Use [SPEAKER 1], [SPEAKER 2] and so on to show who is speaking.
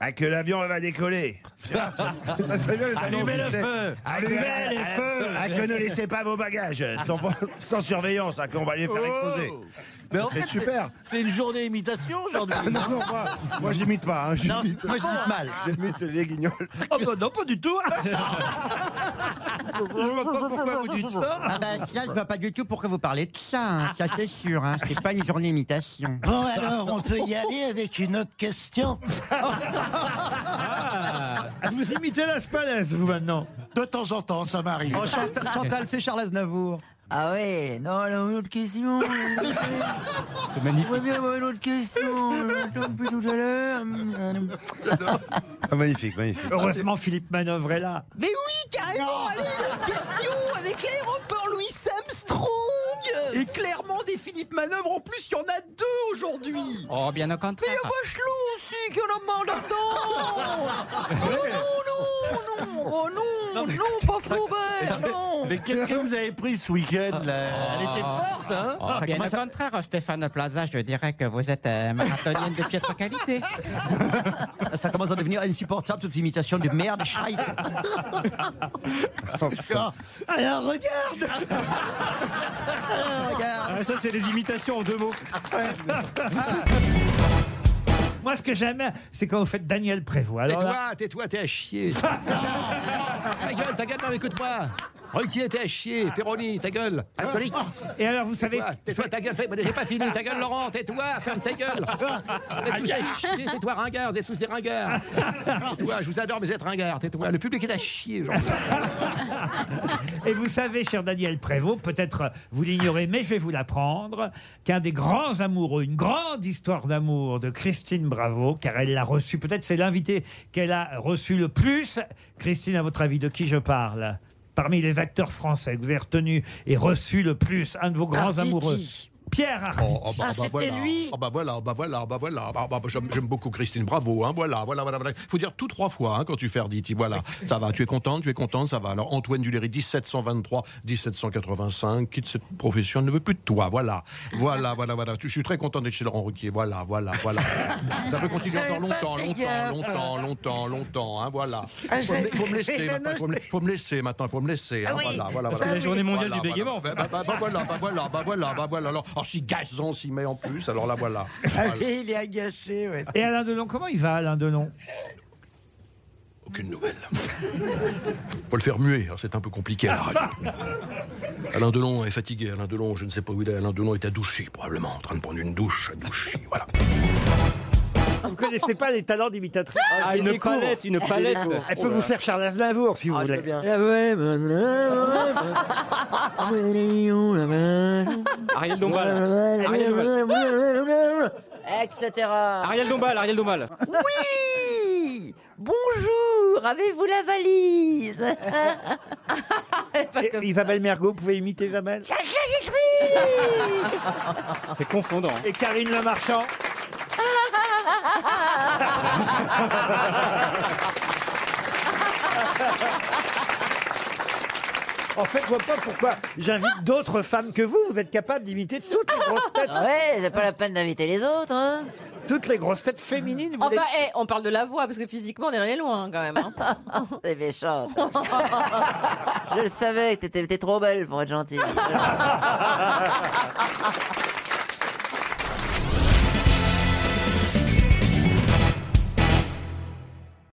[SPEAKER 1] Ah, que l'avion va décoller. Ça serait bien les annonces.
[SPEAKER 2] Allumez le feu
[SPEAKER 1] Ah, que-
[SPEAKER 2] Allumez
[SPEAKER 1] ah,
[SPEAKER 2] les
[SPEAKER 1] ah,
[SPEAKER 2] feux
[SPEAKER 1] ah, que ne laissez pas vos bagages sans, sans surveillance, ah, qu'on va les faire exploser.
[SPEAKER 3] Mais en
[SPEAKER 1] C'est
[SPEAKER 3] fait,
[SPEAKER 1] super.
[SPEAKER 3] C'est une journée imitation aujourd'hui.
[SPEAKER 1] Non, non, moi, moi j'imite pas, hein, j'imite
[SPEAKER 3] moi je dis mal.
[SPEAKER 1] j'imite les guignols.
[SPEAKER 3] Oh bah non, pas du tout. je vois pas pourquoi vous dites ça.
[SPEAKER 4] Ah bah ça, je vois pas du tout pourquoi vous parlez de ça, hein. ça c'est sûr, hein. c'est pas une journée imitation.
[SPEAKER 5] Bon, alors, on peut y aller avec une autre question.
[SPEAKER 2] Ah, Vous imitez la Spalès, vous, maintenant
[SPEAKER 5] De temps en temps, ça m'arrive.
[SPEAKER 4] Oh, Chant- Chantal fait Charles Aznavour.
[SPEAKER 6] Ah ouais, non, alors une autre question. C'est magnifique. J'aimerais bien avoir une autre question. J'entends plus tout à l'heure.
[SPEAKER 1] Ah, magnifique, magnifique.
[SPEAKER 2] Heureusement, Philippe Manœuvre est là.
[SPEAKER 7] Mais oui, carrément, allez, une question avec l'aéroport Louis Armstrong Et clairement des Philippe Manœuvre, en plus, il y en a deux aujourd'hui
[SPEAKER 8] Oh, bien au contraire.
[SPEAKER 7] Et Bachelot aussi, qui en a marre d'attendre Oh non, non, non Oh non, non, pas Flaubert, non
[SPEAKER 3] Mais qu'est-ce que vous avez pris ce week-end là Elle était forte, hein
[SPEAKER 8] Oh, bien au contraire, Stéphane Plaza, je dirais que vous êtes euh, marathonienne de piètre qualité.
[SPEAKER 4] Ça commence à devenir insupportable, toutes ces imitations de merde, scheiße.
[SPEAKER 6] Ah,
[SPEAKER 5] Alors, regarde
[SPEAKER 4] Ah, regarde.
[SPEAKER 2] Ah, ça, c'est des imitations en deux mots. Moi, ce que j'aime, c'est quand vous faites Daniel Prévost. Alors là-
[SPEAKER 9] Tais-toi, tais-toi, t'es à chier. ta gueule, ta gueule, non, écoute-moi. Ruquier, t'es à chier. Péroni, ta gueule. Alcoolique.
[SPEAKER 2] et alors, vous savez,
[SPEAKER 9] Tais-toi, Tais-toi, ta gueule. Fais- J'ai pas fini. Ta gueule, Laurent. Tais-toi, ferme ta gueule. Vous êtes tous à chier. Tais-toi, ringard. Vous êtes tous des ringards. Tais-toi, je vous adore, mais vous êtes ringards. Tais-toi. Le public est à chier. aujourd'hui.
[SPEAKER 2] et vous savez, cher Daniel Prévost, peut-être euh, vous l'ignorez, mais je vais vous l'apprendre, qu'un des grands amoureux, une grande histoire d'amour de Christine Bravo, car elle l'a reçue, peut-être c'est l'invité qu'elle a reçu le plus. Christine, à votre avis, de qui je parle Parmi les acteurs français que vous avez retenu et reçu le plus, un de vos grands
[SPEAKER 5] Arditi.
[SPEAKER 2] amoureux. Pierre Arditi.
[SPEAKER 9] Oh, oh, bah, bah, voilà. Oh, bah voilà, bah voilà, bah voilà. Bah, bah, bah, j'aime, j'aime beaucoup Christine, bravo. Hein, voilà, voilà, voilà, voilà. Faut dire tout trois fois hein, quand tu fais Arditi. Voilà, ça va. Tu es contente, tu es contente, ça va. Alors Antoine Duléry, 1723, 1785. Quitte cette profession, ne veut plus de toi. Voilà, voilà, voilà, voilà. Je suis très content d'être chez Laurent Ruquier. Voilà, voilà, voilà. ça peut continuer encore longtemps, longtemps, longtemps, longtemps, longtemps. Hein, voilà. Faut me, faut me laisser maintenant. Faut me, faut me laisser maintenant. Faut me laisser. hein, voilà, voilà, voilà.
[SPEAKER 2] c'est la journée mondiale du bégaiement.
[SPEAKER 9] Bah, bah, bah, bah, voilà, bah voilà, bah voilà, bah voilà. Alors, alors si Gazan s'y met en plus, alors là voilà. Voilà.
[SPEAKER 5] Il est agacé,
[SPEAKER 3] bah.
[SPEAKER 5] ouais.
[SPEAKER 2] Et Alain Delon, comment il va, Alain Delon
[SPEAKER 9] Aucune nouvelle. Faut le faire muer, hein, c'est un peu compliqué à la radio. Alain Delon est fatigué, Alain Delon, je ne sais pas où il est, Alain Delon est à Douchy, probablement, en train de prendre une douche à Douchy, voilà.
[SPEAKER 2] Vous connaissez pas les talents d'imitatrice
[SPEAKER 3] Ah, Une palette, une palette.
[SPEAKER 2] Elle peut vous faire Charles Aznavour, si vous voulez.
[SPEAKER 6] Ah ouais, bah, bah, bah, bah. Ouais, les lions, là, bah.
[SPEAKER 3] Ariel Dombal. Ariel
[SPEAKER 6] Etc.
[SPEAKER 3] Ariel Dombal, Ariel Dombal.
[SPEAKER 6] Oui Bonjour, avez-vous la valise
[SPEAKER 2] Et- Isabelle Mergot, vous pouvez imiter Isabelle
[SPEAKER 3] C'est confondant.
[SPEAKER 2] Et Karine Le Marchand En fait, je vois pas pourquoi j'invite d'autres femmes que vous. Vous êtes capable d'imiter toutes les grosses têtes.
[SPEAKER 6] Ouais, c'est pas la peine d'inviter les autres. hein.
[SPEAKER 2] Toutes les grosses têtes féminines. Vous
[SPEAKER 7] Enfin,
[SPEAKER 2] les-
[SPEAKER 7] eh, on parle de la voix, parce que physiquement, on est allé loin, quand même. hein.
[SPEAKER 6] C'est méchant. ça. Je le savais que t'étais t'es trop belle pour être gentille.